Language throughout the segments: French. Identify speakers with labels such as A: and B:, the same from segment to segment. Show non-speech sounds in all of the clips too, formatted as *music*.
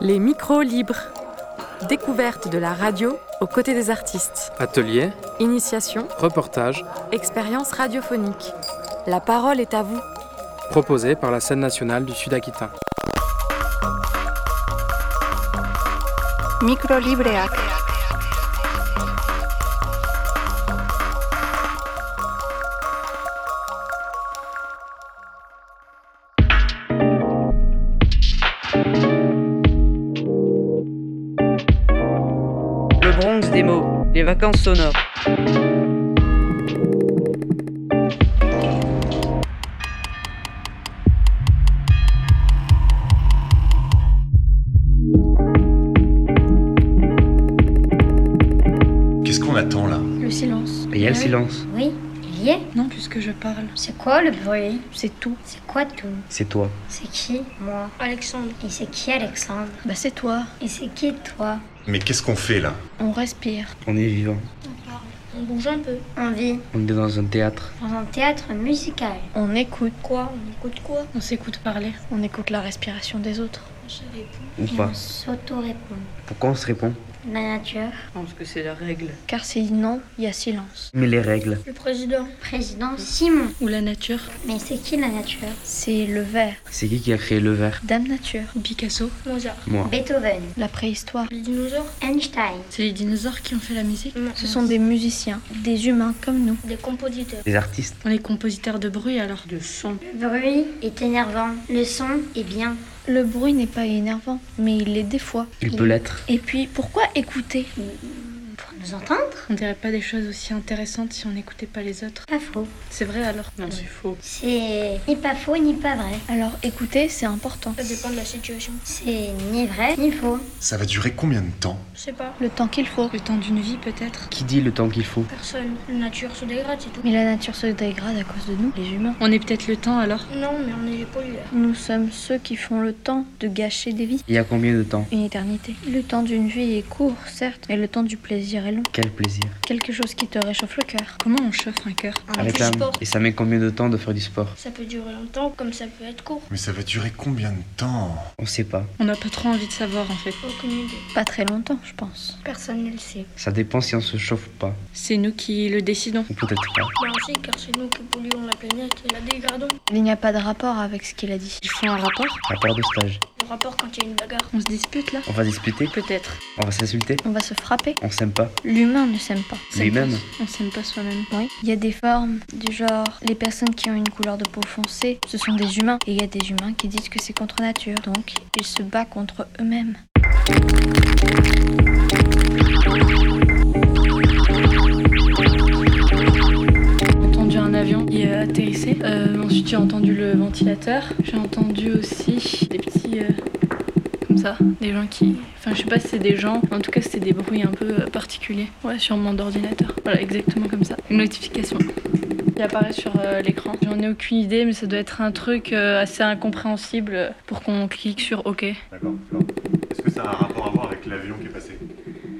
A: Les micros libres. Découverte de la radio aux côtés des artistes.
B: Atelier,
A: Initiation,
B: reportage,
A: expérience radiophonique. La parole est à vous.
B: proposé par la scène nationale du Sud-Aquitain.
C: Mikrolibreak.
D: Le Bronx des mots, les vacances sonores.
E: Qu'est-ce qu'on attend là
F: Le silence.
G: Il y a le
F: Ah oui.
G: silence,
F: Oui, il y est.
H: Non, puisque je parle,
F: C'est quoi le bruit
H: c'est tout.
F: C'est quoi tout
G: c'est toi.
F: C'est qui Moi. Alexandre. Et c'est qui Alexandre
H: Bah c'est toi,
F: Et c'est qui toi
E: Mais qu'est-ce qu'on fait là
H: on respire.
G: On est vivant.
F: On bouge un peu. On vit
G: On est dans un théâtre.
F: dans un théâtre musical.
H: On écoute.
F: Quoi On écoute quoi
H: On s'écoute parler. On écoute la respiration des autres.
F: On se répond.
G: Ou
F: Et
G: pas
F: on s'auto-répond.
G: Pourquoi on se répond
F: La nature.
D: Je pense que c'est la règle.
H: Car s'il non, il y a silence.
G: Mais les règles.
F: Le président. Président Simon.
H: Ou la nature.
F: Mais c'est qui la nature
H: C'est le verre.
G: C'est qui qui a créé le verre
H: Dame nature. Picasso.
F: Mozart.
G: Moi.
F: Beethoven.
H: La préhistoire.
F: Les dinosaures. Einstein.
H: C'est les dinosaures qui ont fait la musique. Ce sont des musiciens, des humains comme nous.
F: Des compositeurs.
G: Les artistes.
H: On est compositeurs de bruit alors.
D: De son.
F: Le bruit est énervant. Le son est bien.
H: Le bruit n'est pas énervant, mais il l'est des fois.
G: Il peut l'être.
H: Et puis, pourquoi écouter
F: Pour nous entendre
I: On dirait pas des choses aussi intéressantes si on n'écoutait pas les autres.
F: Pas faux.
I: C'est vrai alors
D: Non, c'est faux.
F: C'est ni pas faux ni pas vrai.
H: Alors, écouter, c'est important.
F: Ça dépend de la situation. C'est ni vrai ni faux.
E: Ça va durer combien de temps
F: Je sais pas.
H: Le temps qu'il faut.
I: Le temps d'une vie peut-être.
G: Qui dit le temps qu'il faut
F: Personne. La nature se dégrade, c'est tout.
H: Mais la nature se dégrade à cause de nous, les humains.
I: On est peut-être le temps alors.
F: Non, mais on est les pollueurs.
H: Nous sommes ceux qui font le temps de gâcher des vies.
G: Il y a combien de temps
H: Une éternité. Le temps d'une vie est court, certes, mais le temps du plaisir est long.
G: Quel plaisir.
H: Quelque chose qui te réchauffe le cœur.
I: Comment on chauffe un cœur
G: Avec l'âme. Et ça met combien de temps de faire du sport
F: Ça peut durer longtemps comme ça peut être court.
E: Mais ça va durer combien de temps
G: On sait pas.
I: On n'a pas trop envie de savoir en fait.
F: Aucune idée.
H: Pas très longtemps, je pense.
F: Personne ne le sait.
G: Ça dépend si on se chauffe ou pas.
I: C'est nous qui le décidons.
G: Ou peut-être pas.
F: Bien aussi, car c'est nous qui polluons la planète et la dégradons.
H: Il n'y a pas de rapport avec ce qu'il a dit.
I: Ils font un rapport
G: Rapport de stage.
F: Le rapport quand il y a une bagarre.
I: On se dispute là
G: On va disputer
I: Peut-être.
G: On va s'insulter
H: On va se frapper.
G: On s'aime pas
H: L'humain ne s'aime pas.
G: Lui-même
I: On s'aime pas soi-même.
H: Oui. Il y a des formes, du genre, les personnes qui ont une couleur de peau foncée, ce sont des humains. Et il y a des humains qui disent que c'est contre nature. Donc, ils se battent contre eux-mêmes.
I: J'ai entendu un avion qui euh, atterrissait. Euh, ensuite j'ai entendu le ventilateur. J'ai entendu aussi des petits... euh, comme ça. Des gens qui... Enfin je sais pas si c'est des gens. En tout cas c'était des bruits un peu euh, particuliers. Ouais sûrement d'ordinateur. Voilà exactement comme ça. Une notification. qui apparaît sur euh, l'écran. J'en ai aucune idée mais ça doit être un truc euh, assez incompréhensible pour qu'on clique sur OK.
J: D'accord, d'accord. Est-ce que ça a un rapport à voir avec l'avion qui est passé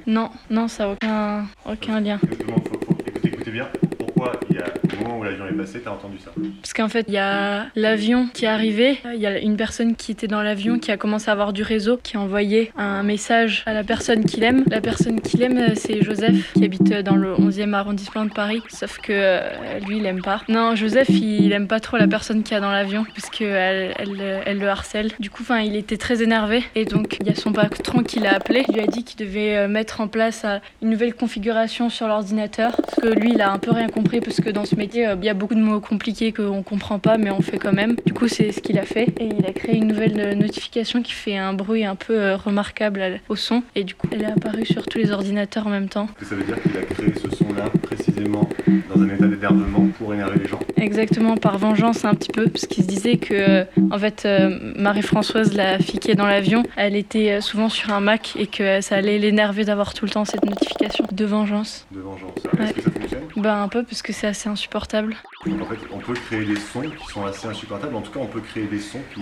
I: Non, non ça a aucun, aucun lien.
J: Exactement, faut, faut, écoutez, écoutez bien. Pourquoi il y a, au moment où l'avion est passé, t'as entendu ça
I: Parce qu'en fait, il y a l'avion qui est arrivé, il y a une personne qui était dans l'avion qui a commencé à avoir du réseau, qui a envoyé un message à la personne qu'il aime. La personne qu'il aime, euh, c'est Joseph, qui habite euh, dans le 11e arrondissement de Paris, sauf que euh, lui, il aime pas. Non, Joseph, il aime pas trop la personne qu'il y a dans l'avion, parce que elle, elle, euh, elle le harcèle. Du coup, enfin, il était très énervé, et donc il y a son patron qui l'a appelé, il lui a dit qu'il devait euh, mettre en place euh, une nouvelle configuration sur l'ordinateur. Parce que lui, il a un peu rien compris parce que dans ce métier, euh, il y a beaucoup de mots compliqués qu'on comprend pas, mais on fait quand même. Du coup, c'est ce qu'il a fait. Et il a créé une nouvelle euh, notification qui fait un bruit un peu euh, remarquable à l- au son. Et du coup, elle est apparue sur tous les ordinateurs en même temps.
J: Est-ce que ça veut dire qu'il a créé ce son-là précisément dans un état d'énervement pour énerver les gens
I: Exactement, par vengeance un petit peu, parce qu'il se disait que, euh, en fait, euh, Marie-Françoise, la fille qui est dans l'avion, elle était euh, souvent sur un Mac et que euh, ça allait l'énerver d'avoir tout le temps cette notification de vengeance.
J: de vengeance
I: Ouais.
J: Est-ce que ça fonctionne
I: Ben un peu, parce que c'est assez insupportable.
J: Donc en fait, on peut créer des sons qui sont assez insupportables. En tout cas, on peut créer des sons qui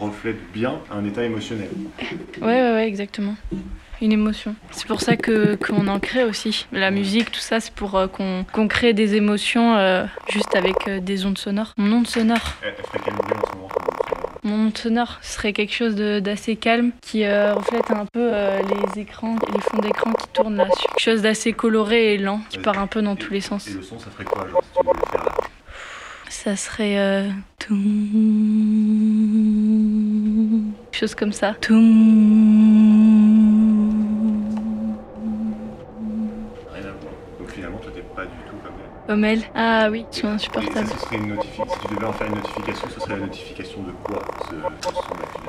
J: reflètent bien un état émotionnel.
I: Ouais, ouais, ouais, exactement. Une émotion. C'est pour ça que qu'on en crée aussi. La musique, tout ça, c'est pour euh, qu'on qu'on crée des émotions euh, juste avec euh, des ondes sonores. Mon onde sonore.
J: Eh, Elle, elle serait calibrée en ce moment. comme- comme-
I: Mon monde sonore serait quelque chose de- d'assez calme qui euh, reflète un peu euh, les écrans, les fonds d'écran qui tournent là. Quelque chose d'assez coloré et lent qui part un peu dans tous les sens.
J: Euh, Et le son, ça ferait quoi, genre, si tu voulais faire là
I: Ça serait. euh, toum, quelque chose comme ça. Toum.
J: Rien à voir. Donc finalement, toi, t'es pas du tout comme elle.
I: Omel. Ah oui, ils sont
J: Et ça,
I: insupportables.
J: ce serait une notification. Si tu devais en faire une notification, ce serait la notification de quoi, ce, ce son-là que tu viens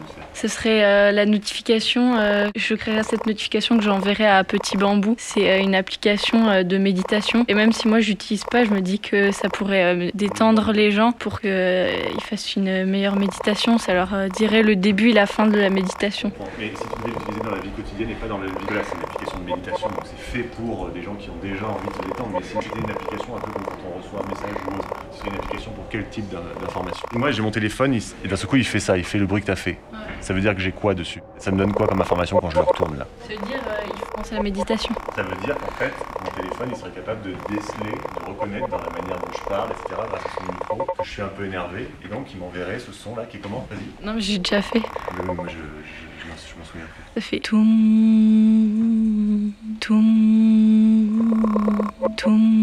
J: de faire
I: Ce serait euh, la notification, euh, je créerais cette notification que j'enverrai à Petit Bambou. C'est euh, une application euh, de méditation. Et même si moi j'utilise pas, je me dis que ça pourrait euh, détendre les gens pour qu'ils fassent une meilleure méditation. Ça leur euh, dirait le début et la fin de la méditation.
J: Bon, Mais si tu devais l'utiliser dans la vie quotidienne et pas dans la vie de là, c'est une application de méditation, donc c'est fait pour euh, des gens qui ont déjà envie de se détendre. Mais si c'était une application un peu comme quand on reçoit un message ou autre, ce serait une application pour quel type d'in- d'information Moi, j'ai mon téléphone il s- et d'un seul coup, il fait ça, il fait le bruit que t'as fait. Ça veut dire que j'ai quoi dessus Ça me donne quoi comme information quand je le retourne là
I: Se dire, euh, il faut penser à la méditation.
J: Ça veut dire qu'en fait, mon téléphone, il serait capable de déceler, de reconnaître dans la manière dont je parle, etc., grâce à son micro, que je suis un peu énervé, et donc il m'enverrait ce son-là qui est comment Vas-y.
I: Non, mais j'ai déjà fait.
J: Mais oui, moi, je, je- je m'en- je m'en souviens plus.
I: Ça fait toum, toum, toum.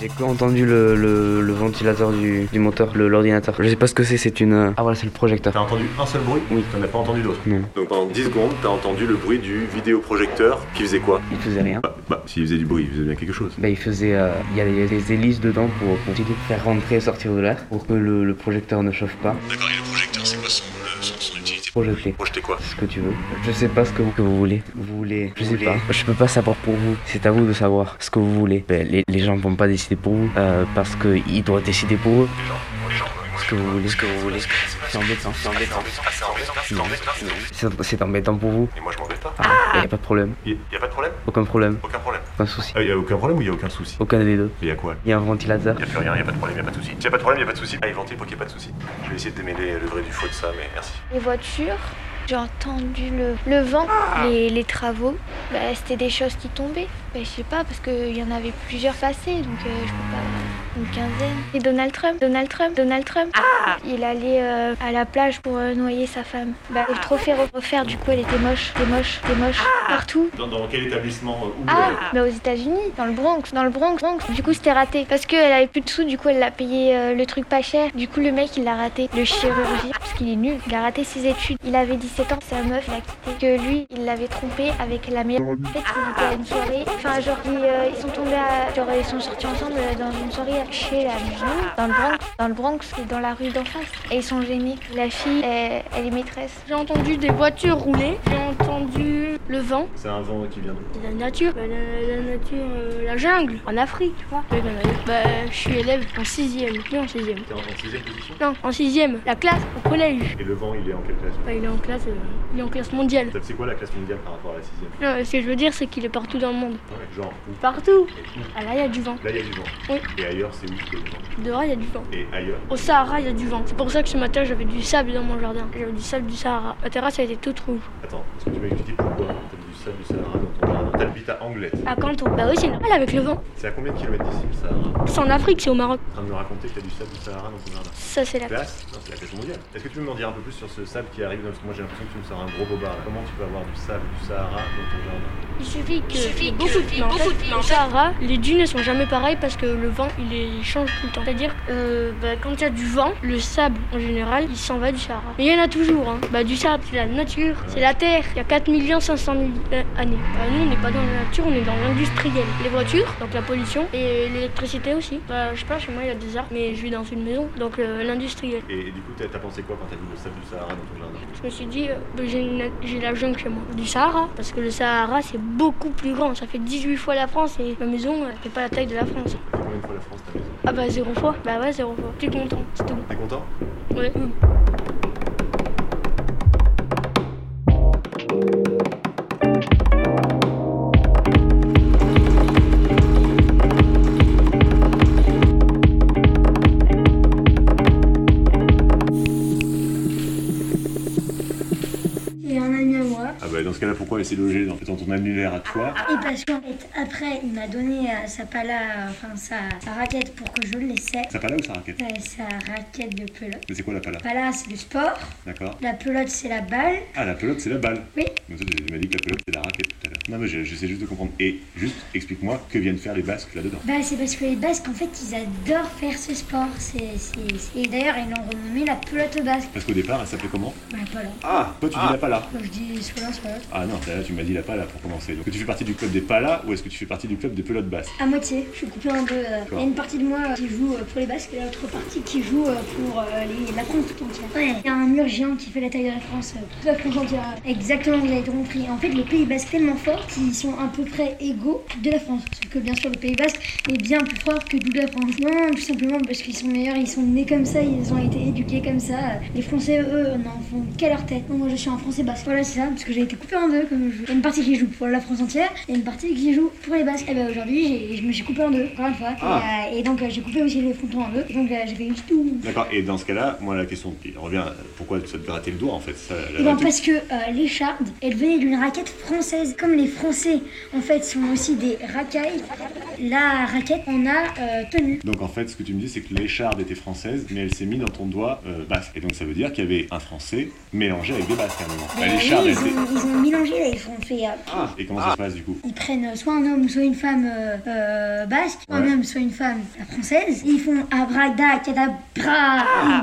G: J'ai entendu le, le, le ventilateur du, du moteur, le- l'ordinateur. Je sais pas ce que c'est, c'est une. euh, Ah voilà, c'est le projecteur.
J: T'as entendu un seul bruit
G: Oui.
J: T'en as pas entendu d'autres
G: Non.
J: Donc pendant 10 secondes, t'as entendu le bruit du vidéoprojecteur qui faisait quoi
G: Il faisait rien.
J: Bah, bah, s'il faisait du bruit, il faisait bien quelque chose.
G: Bah, il faisait. euh, Il y a des, des hélices dedans pour, pour essayer de faire rentrer et sortir de l'air pour que le, le projecteur ne chauffe pas.
J: D'accord, et le projecteur, c'est quoi son, utilité
G: Projeter
J: Projeter quoi
G: ce que tu veux. Je sais pas ce que vous, que vous voulez. Vous voulez. Je sais pas. Je peux pas savoir pour vous. C'est à vous de savoir ce que vous voulez. Ben, les, les gens vont pas décider pour vous euh, parce qu'ils doivent décider pour eux. Ce que vous voulez, ce que vous voulez. C'est embêtant, c'est embêtant. Non, non. C'est- C'est embêtant pour vous.
J: Et moi, je m'en vais pas.
G: Il y a pas de problème.
J: Y y a pas de problème
G: Aucun problème.
J: Aucun problème.
G: Aucun souci.
J: Ah, y a aucun problème ou y a aucun souci
G: Aucun des deux.
J: Y a quoi
G: Il y a un ventilateur.
J: Y'a plus rien, y'a pas de problème, y'a pas de souci. Y'a pas de problème, y'a pas de souci. Ah, il ventile pour qu'il y ait pas de souci. Je vais essayer de démêler le vrai du faux de ça, mais merci.
K: Les voitures, j'ai entendu le, le vent, les, les travaux. Bah, C'était des choses qui tombaient. Bah, je sais pas, parce qu'il y en avait plusieurs passés, donc euh, je peux pas. Une quinzaine. Et Donald Trump, Donald Trump, Donald Trump. Il allait euh, à la plage pour euh, noyer sa femme. Bah, le trophée re- refaire, du coup, elle était moche, elle était moche, elle était moche. Partout.
J: Dans, dans quel établissement euh, où
K: Ah,
J: euh,
K: bah aux États-Unis, dans le Bronx, dans le Bronx, Bronx. Du coup, c'était raté parce qu'elle avait plus de sous, du coup, elle l'a payé euh, le truc pas cher. Du coup, le mec, il l'a raté, le chirurgien, parce qu'il est nul. Il a raté ses études. Il avait 17 ans, sa meuf l'a quitté. Que lui, il l'avait trompé avec la meilleure. En fait, ils étaient à une soirée. Enfin, genre, ils, euh, ils sont tombés à. Genre, ils sont sortis ensemble euh, dans une soirée chez la maison, dans le Bronx, dans le Bronx et dans la rue d'en face. Et ils sont gênés. La fille, elle, elle est maîtresse.
H: J'ai entendu des voitures rouler, j'ai entendu le vent,
J: C'est un vent qui vient d'où
H: la nature, Bah, la, la nature, euh, la jungle, en Afrique, tu vois. Les conneries. Bah, je suis élève en sixième, oui en sixième.
J: T'es en en sixième position
H: Non, en sixième, la classe au collège.
J: Et le vent, il est en quelle classe
H: Bah, il est en classe, euh, il est en classe mondiale.
J: Ça, C'est quoi la classe mondiale par rapport à la sixième
H: Non, mais ce que je veux dire, c'est qu'il est partout dans le monde.
J: Ah Ouais, Genre, où
H: Partout Ah là, il y a du vent.
J: Là, il y a du vent.
H: Oui.
J: Et ailleurs, c'est où qu'il y a du vent
H: Dehors, il y a du vent.
J: Et ailleurs
H: Au Sahara, il y a du vent. C'est pour ça que ce matin, j'avais du sable dans mon jardin. J'avais du sable du Sahara. La terrasse, elle était toute rouge.
J: Attends, est-ce que tu m'as expliqué pourquoi t'as du sable du Sahara dans ton jardin T'habites à Anglette.
H: À Canton. Bah oui, c'est normal avec le vent.
J: C'est à combien de kilomètres d'ici le Sahara
H: C'est en Afrique, c'est au Maroc.
J: En train de me raconter que t'as du sable du Sahara dans ton jardin.
H: Ça, c'est la
J: Classe Non, c'est la classe mondiale. Est-ce que tu peux m'en dire un peu plus sur ce sable qui arrive Parce que moi, j'ai l'impression que tu me sors un gros bobard. là. Comment tu peux avoir du sable du Sahara dans ton jardin
H: Il suffit que beaucoup de plantes. Au Sahara, les dunes ne sont jamais pareilles parce que le vent, il les change tout le temps. C'est-à-dire, euh, bah, quand il y a du vent, le sable, en général, il s'en va du Sahara. Mais il y en a toujours. Hein. Bah, du sable, c'est la nature, c'est la terre. Il y a 4 500 000 euh, années. Bah, nous, on n'est pas dans la nature, on est dans l'industriel. Les voitures, donc la pollution, et l'électricité aussi. Bah, je sais pas, chez moi, il y a des arbres, mais je vis dans une maison, donc euh, l'industriel.
J: Et, et du coup, t'as t'as pensé quoi quand t'as vu le sable du Sahara dans ton jardin
H: Je me suis dit, euh, bah, j'ai une- j'ai la jungle chez moi, du Sahara, parce que le Sahara c'est beaucoup plus grand, ça fait 18 fois la France et ma maison euh, elle fait pas la taille de la France.
J: Ça fait combien de fois la France ta maison
H: Ah bah zéro fois, bah ouais zéro fois, t'es content, c'est tout.
J: T'es content
H: Ouais.
J: Ah bah, dans ce cas-là, pourquoi essayer de loger dans, dans ton annulaire à toi
F: Ah, Et parce qu'en fait, après, il m'a donné euh, sa pala, euh, enfin sa, sa raquette pour que je l'essaie.
J: Ça pala ou ça raquette
F: Ouais, sa raquette de pelote.
J: Mais c'est quoi la pala
F: Pala, c'est le sport.
J: D'accord.
F: La pelote, c'est la balle.
J: Ah, la pelote, c'est la balle.
F: Oui.
J: Mais toi, tu m'as dit que la pelote, c'est la raquette tout à l'heure. Non, mais j'ai- j'essaie juste de comprendre. Et juste, explique-moi que viennent faire les basques là-dedans.
F: Bah, c'est parce que les Basques, en fait, ils adorent faire ce sport. C'est, c'est- c'est- Et d'ailleurs, ils l'ont renommé la pelote basque.
J: Parce qu'au départ, elle s'appelait comment
F: Bah, voilà.
J: Ah Toi, tu dis la pala.
F: Quand je dis souvent, ça va.
J: Ah non, là, tu m'as dit la pala pour commencer. Donc, tu fais partie du club des palas ou est-ce que tu fais partie du club des pelotes basques
F: À moitié, je suis coupée en deux. euh, Il y a une partie de moi euh, qui joue euh, pour les Basques et l'autre partie qui joue euh, pour euh, les- la France tout entière. Ouais, il y a un mur géant qui fait la taille de la France. euh, Tout ça, je comprends qu'il y a- Exactement, vous avez tout compris. En fait, les Pays Basques tellement forts qu'ils sont à peu près égaux de la France. Sauf que bien sûr, le Pays Basque est bien plus fort que toute la France. Non, tout simplement parce qu'ils sont meilleurs, ils sont nés comme ça, ils ont été éduqués comme ça. Les Français, eux, n'en font qu'à leur tête. Donc, moi, je suis un Français basque. Voilà, c'est ça, parce que j'ai été coupée en deux comme je Il y a une partie qui joue pour la France entière et une partie qui joue pour les Basques. Et ben aujourd'hui, j'ai- je me suis coupée en deux, encore une fois.
J: Ah.
F: Et, euh, et donc, euh, j'ai coupé aussi le fronton en deux. Et donc, euh, j'ai fait une petite ouf.
J: D'accord, et dans ce cas-là, moi la question qui revient, pourquoi ça te fait rater le doigt en fait ça, la-
F: Eh ben,
J: la-
F: parce que euh, les chardes, elles venaient d'une raquette française. Comme les Français, en fait, sont aussi des racailles, la raquette en a euh, tenu.
J: Donc en fait, ce que tu me dis, c'est que l'écharde était française, mais elle s'est mise dans ton doigt euh, basque. Et donc ça veut dire qu'il y avait un français mélangé avec des basques à un moment. Bah,
F: Mais
J: l'écharde,
F: Ben oui,
J: elle
F: ils,
J: était.
F: ont, ils ont mélangé, là, ils ont fait. euh,
J: Ah Et comment ça se passe du coup
F: Ils prennent soit un homme, soit une femme euh, euh, basque, soit
J: Ouais.
F: un homme, soit une femme la française. Ils font abrada, cadabra. et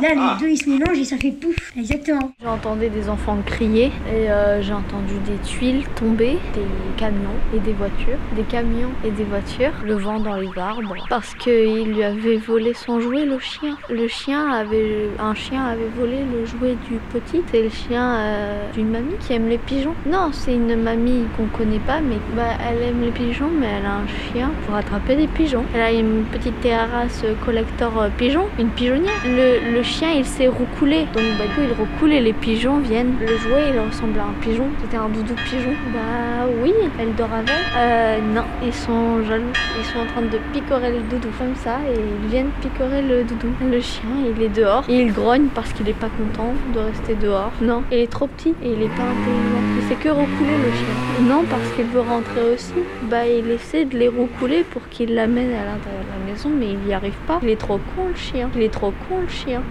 F: là, les
H: ah.
F: deux, ils se mélangent et ça fait pouf. Exactement.
H: J'entendais des enfants crier et euh, j'ai entendu des tuiles tomber, des camions et des voitures, des camions et des voitures, le vent dans les arbres parce qu'il lui avait volé son jouet le chien. Le chien avait un chien avait volé le jouet du petit, c'est le chien euh, d'une mamie qui aime les pigeons. Non, c'est une mamie qu'on connaît pas mais bah, elle aime les pigeons mais elle a un chien pour attraper des pigeons. Elle a une petite terrasse collector euh, pigeon, une pigeonnière. Le, le chien il s'est recoulé, donc bah, du coup il recoule et les pigeons viennent. Le jouet il ressemble à un pigeon, c'était un doudou pigeon. Bah oui, elle dort avec. Euh, non, ils sont jaloux, ils sont en train de picorer le doudou comme ça et ils viennent picorer le doudou. Le chien il est dehors et il grogne parce qu'il est pas content de rester dehors. Non, il est trop petit et il est pas intelligent. Il sait que recouler le chien. Non, parce qu'il veut rentrer aussi. Bah il essaie de les recouler pour qu'il l'amène à l'intérieur de la maison mais il n'y arrive pas. Il est trop con le chien. Il est trop con le chien.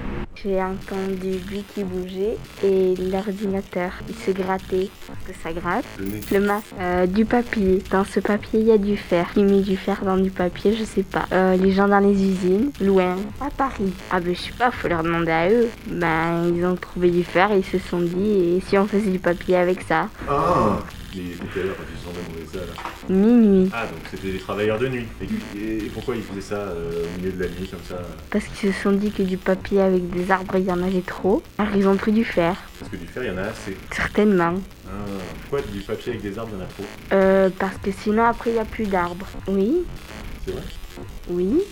L: J'ai entendu lui qui bougeait et l'ordinateur. Il se grattait parce que ça gratte.
H: Le nez.
L: Le masque. Euh, du papier. Dans ce papier, il y a du fer. Qui met du fer dans du papier, je sais pas. Euh, les gens dans les usines, loin, à Paris. Ah ben je sais pas, faut leur demander à eux. Ben ils ont trouvé du fer et ils se sont dit et si on faisait du papier avec ça
J: Ah Les quelle quand ils sont demandé ça là
L: Minuit.
J: Ah, donc c'était des travailleurs de nuit. Et, et- et pourquoi ils faisaient ça euh, au milieu de la nuit comme ça euh,
L: Parce qu'ils se sont dit que du papier avec des arbres, il y en avait trop. Alors ils ont pris du fer.
J: Parce que du fer, il y en a assez.
L: Certainement.
J: Ah, pourquoi du papier avec des arbres, il y en a trop
L: Euh, parce que sinon après il n'y a plus d'arbres. Oui,
J: C'est vrai
L: oui.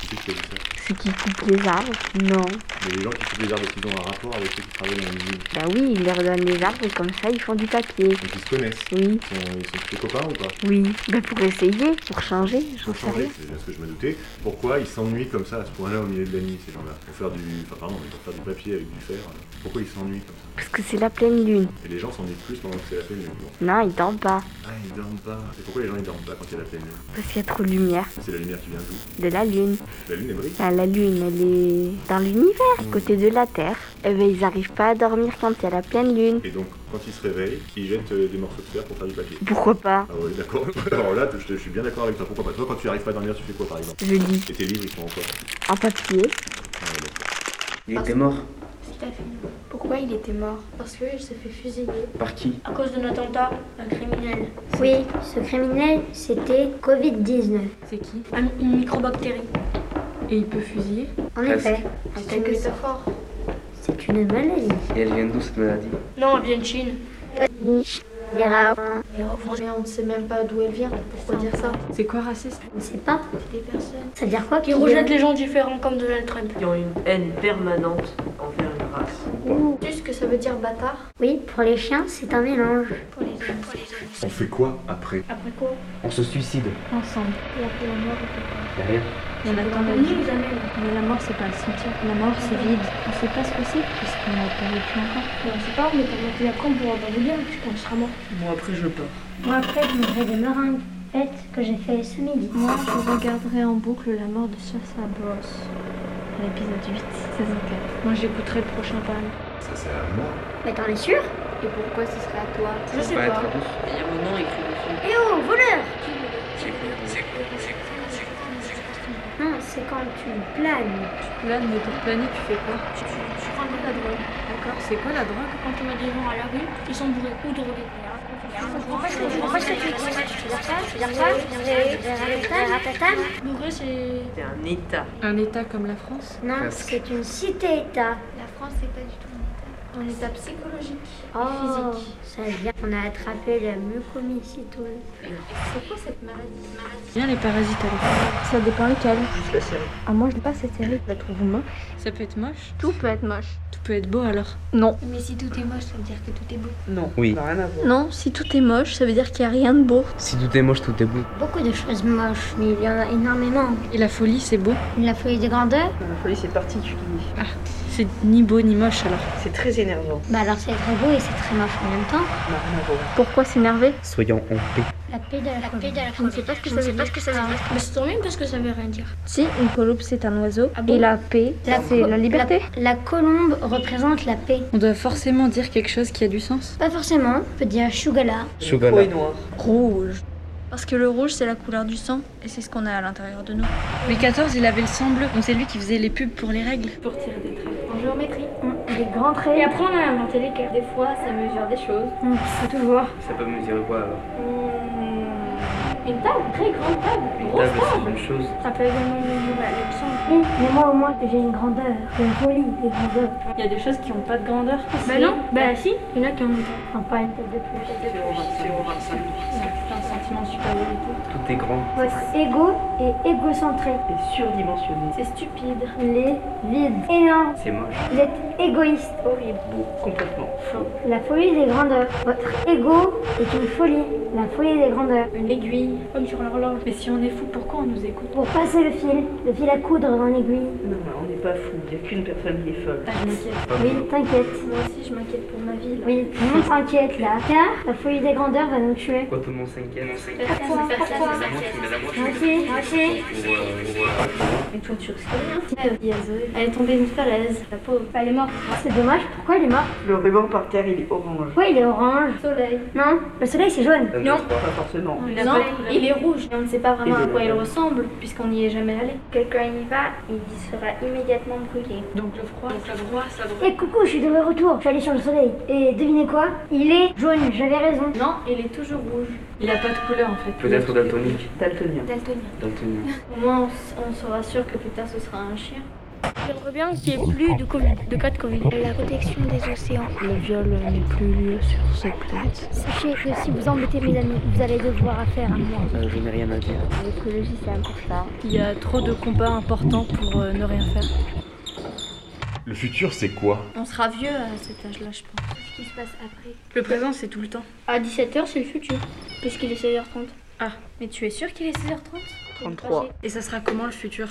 J: Qui c'est qui a dit ça
L: Ceux qui coupent les arbres Non.
J: Mais les gens qui coupent les arbres, ils ont un rapport avec ceux qui travaillent dans les usines.
L: Bah oui, ils leur donnent les arbres et comme ça ils font du papier.
J: Donc ils se connaissent.
L: Oui.
J: Ils sont, ils sont plutôt copains ou pas
L: Oui. Bah pour essayer, pour changer, j'en
J: Pour
L: sais rien.
J: changer, c'est bien ce que je me doutais. Pourquoi ils s'ennuient comme ça à ce point-là au milieu de la nuit, ces gens-là Pour faire du. Enfin, pardon, mais pour faire du papier avec du fer. euh, Pourquoi ils s'ennuient comme ça
L: Parce que c'est la pleine lune.
J: Et les gens s'ennuient plus pendant que c'est la pleine lune. bon.
L: Non, ils dorment pas.
J: Ah, ils dorment pas. Et pourquoi les gens ils dorment pas quand il y a la pleine lune
L: Parce qu'il y a trop de lumière.
J: C'est la lumière qui vient d'où
L: De la lune.
J: La lune est brille
L: Ah, la lune, elle est dans l'univers, à côté de la Terre. Eh ben ils arrivent pas à dormir quand il y a la pleine lune.
J: Et donc, quand ils se réveillent, ils jettent euh, des morceaux de fer pour faire du papier.
L: Pourquoi pas
J: Ah ouais, d'accord. *laughs* Alors là, je, te- je suis bien d'accord avec toi. Pourquoi pas Toi, quand tu arrives pas à dormir, tu fais quoi par exemple
L: Je lis.
J: Et tes livres, ils sont encore.
L: En papier.
G: Il était mort.
C: Pourquoi il était mort Parce qu'il s'est fait fusiller.
G: Par qui
C: À cause d'un attentat, un criminel.
F: Oui, ce criminel, c'était Covid-19.
C: C'est qui Une microbactérie. Et il peut fusiller
F: En
G: Presque.
F: effet,
C: En quelque sorte.
F: c'est une maladie.
G: Et elle vient d'où cette maladie
C: Non, elle vient de Chine.
F: Des
H: Et franchement, on ne sait même pas d'où elle vient. Pourquoi dire ça C'est quoi raciste
F: Je ne sais pas.
H: Des personnes
F: Ça veut dire quoi
C: Qui rejette les gens différents comme Donald Trump.
M: qui ont une haine permanente envers une race.
J: pas.
H: Juste que ça veut dire bâtard.
F: Oui, pour les chiens, c'est un mélange.
J: On fait quoi après
F: Après quoi
G: On se suicide.
H: Ensemble.
F: Et après la mort
G: Y'a rien.
H: On attend la vie. Mais la mort, c'est pas un cimetière. La mort, c'est vide. On sait pas ce que c'est, puisqu'on n'a pas vécu encore.
C: Mais on sait pas, mais pendant qu'il apprend, on pourra pas vous dire, puisqu'on sera mort.
M: Moi après je pars.
F: Moi, après, je mangerai des meringues faites que j'ai fait ce midi.
H: Moi, je regarderai en boucle la mort de Sacha Bros. à L'épisode 8, saison 4. Moi, j'écouterai le prochain panel.
J: Ça c'est à moi.
F: Mais t'en es sûr
H: Et pourquoi ce serait à toi
M: Ça va être à tous.
D: Il y a mon nom écrit dessus.
F: Eh oh, voleur
D: C'est quoi C'est quoi C'est quoi C'est quoi C'est quoi
F: Non, c'est quand tu planes.
M: Tu planes, mais pour planer, tu fais quoi
C: Tu, tu, tu prends de la drogue.
M: D'accord, c'est quoi la drogue
C: Quand on voit des gens à la rue, ils sont bourrés ou drogués. Je comprends pas ce que tu Bourré, c'est.
M: C'est un état. Un état comme la France
F: Non,
M: Presque.
F: c'est une cité-état.
H: La France, c'est pas du tout un état. Un état psychologique.
F: Oh,
H: Physique.
F: ça vient. On a attrapé la mucoviscidose.
H: C'est quoi cette maladie
M: Bien les parasites alors.
L: Ça dépend lequel.
M: Juste la série.
L: Ah, moi, je n'ai pas cette série, je la trouve moche.
M: Ça peut être moche
L: Tout peut être moche.
M: Tout peut être beau alors
L: Non.
H: Mais si tout est moche, ça veut dire que tout est beau.
D: Non.
G: Oui.
D: Ça n'a rien à voir.
L: Non, si tout est moche, ça veut dire qu'il n'y a rien de beau.
G: Si tout est moche, tout est beau.
F: Beaucoup de choses moches, mais il y en a énormément.
M: Et la folie c'est beau
F: La folie des grandeurs
D: La folie, c'est particulier.
M: Ah, c'est ni beau ni moche alors.
D: C'est très énervant.
F: Bah alors c'est très beau et c'est très moche en même temps.
D: Ça n'a rien à voir.
L: Pourquoi s'énerver
G: Soyons en paix.
F: La paix de la, folie.
C: Je ne sais pas ce que ça veut dire. Mais c'est tant mieux parce que ça veut rien dire.
L: Si, une colope, c'est un oiseau.
C: Ah bon
L: Et la paix,
F: La
L: c'est
F: co-
L: la liberté.
F: La colombe représente la paix.
M: On doit forcément dire quelque chose qui a du sens
F: Pas forcément, on peut dire Shugala.
G: Sougala.
D: noir.
L: Rouge. Parce que le rouge, c'est la couleur du sang. Et c'est ce qu'on a à l'intérieur de nous.
M: Louis XIV il avait le sang bleu, donc c'est lui qui faisait les pubs pour les règles.
C: Pour tirer des traits.
H: En géométrie.
F: Les grands traits.
C: Et après, on a inventé les Hum, cartes.
H: Des fois, ça mesure des choses.
F: On peut tout voir.
G: Ça peut me dire quoi alors
C: Une table, très grande table.
G: Une
C: grosse
G: table, c'est une chose.
C: Ça peut également mesurer à l'absence.
F: Oui, mais moi au moins que j'ai une grandeur, une folie des grandeurs.
I: Il y a des choses qui n'ont pas de grandeur.
C: Bah non, bah si, il y en a qui ont.
F: Enfin, pas une tête de plus.
D: 0,25.
I: Un sentiment de supériorité.
G: Tout est grand.
F: Votre ego est égocentré.
D: C'est surdimensionné.
F: C'est stupide. Il est vide. Énorme.
G: C'est moche.
F: Vous êtes égoïste. Horrible.
G: Beau. Complètement.
F: La folie des grandeurs. Votre ego est une folie. La folie des grandeurs.
C: Une aiguille, comme sur l'horloge. Mais si on est fou, pourquoi on nous écoute
F: Pour passer le fil, le fil à coudre dans l'aiguille.
D: Non, mais on n'est pas fou. Il n'y a qu'une personne qui est folle.
C: Bah, je m'inquiète.
F: Oui, t'inquiète.
H: Moi aussi, je m'inquiète pour ma vie. là.
F: Oui, tout le monde s'inquiète là. Car la folie des grandeurs va nous tuer.
G: Pourquoi tout le monde s'inquiète
F: Pourquoi Pourquoi Moi aussi, moi aussi.
H: Mais toi, tu risques rien. Il y a Zoé. Elle est tombée d'une falaise. La pauvre.
F: Elle est morte. C'est dommage. Pourquoi elle est morte
D: Le ruban par terre, il est orange.
F: Pourquoi il est orange
H: Soleil.
F: Non, le soleil c'est jaune.
G: Non.
D: Pas forcément.
H: Non, il est rouge. Et on ne sait pas vraiment
G: Il est
H: à quoi il
G: rouge.
H: ressemble, puisqu'on n'y est jamais allé.
N: Quelqu'un y va, il sera immédiatement brûlé.
M: Donc le froid, donc la droite, la droite.
F: Et Eh, coucou, je suis de retour, je suis allée sur le soleil. Et devinez quoi Il est jaune, j'avais raison.
H: Non, il est toujours rouge.
M: Il a pas de couleur en fait.
G: Peut-être daltonique.
D: Daltonien.
H: Daltonien.
G: Daltonique.
H: Au moins, on, s- on sera sûr que plus tard, ce sera un chien.
C: J'aimerais bien qu'il n'y ait plus de Covid, de cas de Covid.
N: La protection des océans.
L: Le viol n'est plus lieu sur cette planète.
F: Sachez que si vous embêtez mes amis, vous allez devoir affaire à moi.
G: Euh, je n'ai rien à dire.
L: L'écologie, c'est un peu ça.
I: Il y a trop de combats importants pour euh, ne rien faire.
J: Le futur c'est quoi
H: On sera vieux à cet âge-là, je pense.
N: Ce qui se passe après.
M: Le présent c'est tout le temps.
C: À 17h, c'est le futur, puisqu'il est 16h30.
H: Mais tu es sûr qu'il est 16h30
D: 33.
M: Et ça sera comment le futur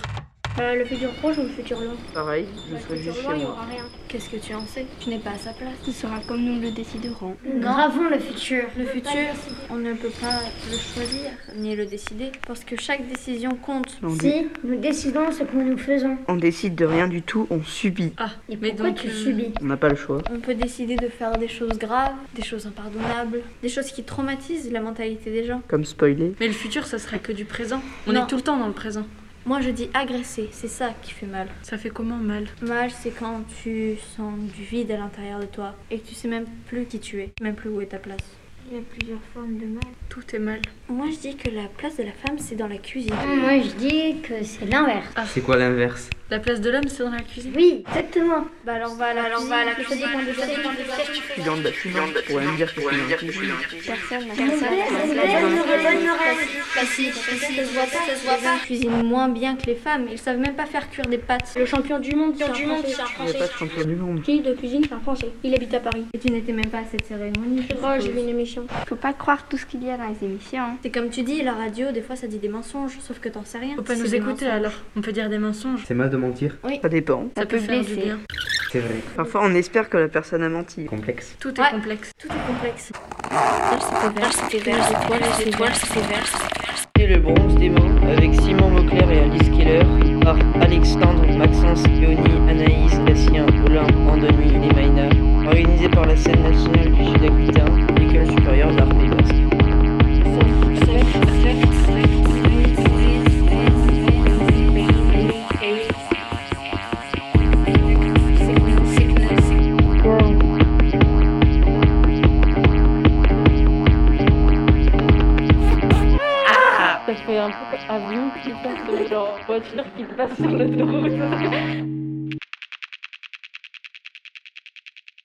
C: Euh, le futur proche ou le futur long
D: Pareil, je
C: Le
D: serai
C: futur
D: juste
C: long,
D: chez
C: il n'y
D: moi.
C: aura rien.
H: Qu'est-ce que tu en sais Tu n'es pas à sa place.
C: Ce sera comme nous le déciderons.
F: Gravons le futur.
H: Le futur, on ne peut pas le choisir ni le décider parce que chaque décision compte.
D: On, dé-
F: Si nous décidons ce que nous faisons,
D: on décide de rien du tout, on subit.
M: Ah,
F: et
M: mais
F: pourquoi
M: donc
F: tu
M: euh,
F: subis
D: On n'a pas le choix.
H: On peut décider de faire des choses graves, des choses impardonnables, des choses qui traumatisent la mentalité des gens.
D: Comme spoiler.
M: Mais le futur ça sera que du présent. On
H: Non.
M: est tout le temps dans le présent.
H: Moi, je dis agresser, c'est ça qui fait mal.
M: Ça fait comment mal
H: Mal, c'est quand tu sens du vide à l'intérieur de toi et que tu sais même plus qui tu es, même plus où est ta place.
N: Il y a plusieurs formes de mal.
M: Tout est mal.
H: Moi, je dis que la place de la femme, c'est dans la cuisine.
F: Moi je dis que c'est l'inverse.
G: C'est quoi l'inverse
I: La place de l'homme, c'est dans la cuisine
F: Oui, exactement.
N: Bah alors on va à la
F: Alors, on va à la cuisine.
N: Ça dépend de- ça dépend de-
D: Je suis dans le bâtiment, on pourrait me dire que je suis dans le bâtiment.
N: Personne.
H: Ils cuisinent moins bien que les femmes, ils savent même pas faire cuire des pâtes.
C: Le champion du monde, du monde, c'est un
D: Il n'y a
C: français.
D: pas de champion du monde.
C: Qui de cuisine, c'est un français. Il habite à Paris.
H: Et tu n'étais même pas à cette cérémonie. je
C: Oh, j'ai vu
H: suppose.
C: une émission.
L: Faut pas croire tout ce qu'il y a dans les émissions. hein.
H: C'est comme tu dis, la radio, des fois ça dit des mensonges, sauf que t'en sais rien.
I: Faut pas
H: C'est
I: nous
H: des
I: écouter
H: mensonges.
I: alors. On peut dire des mensonges.
G: C'est mal de mentir
D: Ça dépend.
H: Ça peut
I: faire du
H: blesser.
I: bien.
G: C'est vrai.
D: Parfois, on espère que la personne a menti.
G: Complexe.
I: Tout est complexe.
H: Tout est complexe.
D: Et le bronze des mains avec Simon Vauclair et Alice Keller par Alexandre, Maxence, Léonie, Anaïs, Cassien, Olin, Andoni et Maïna, organisé par la scène nationale du Sud-Aquitain, l'école supérieure d'art pays basque.
M: Ça fait un peu avion qui passe, genre voiture qui passe sur l'autoroute.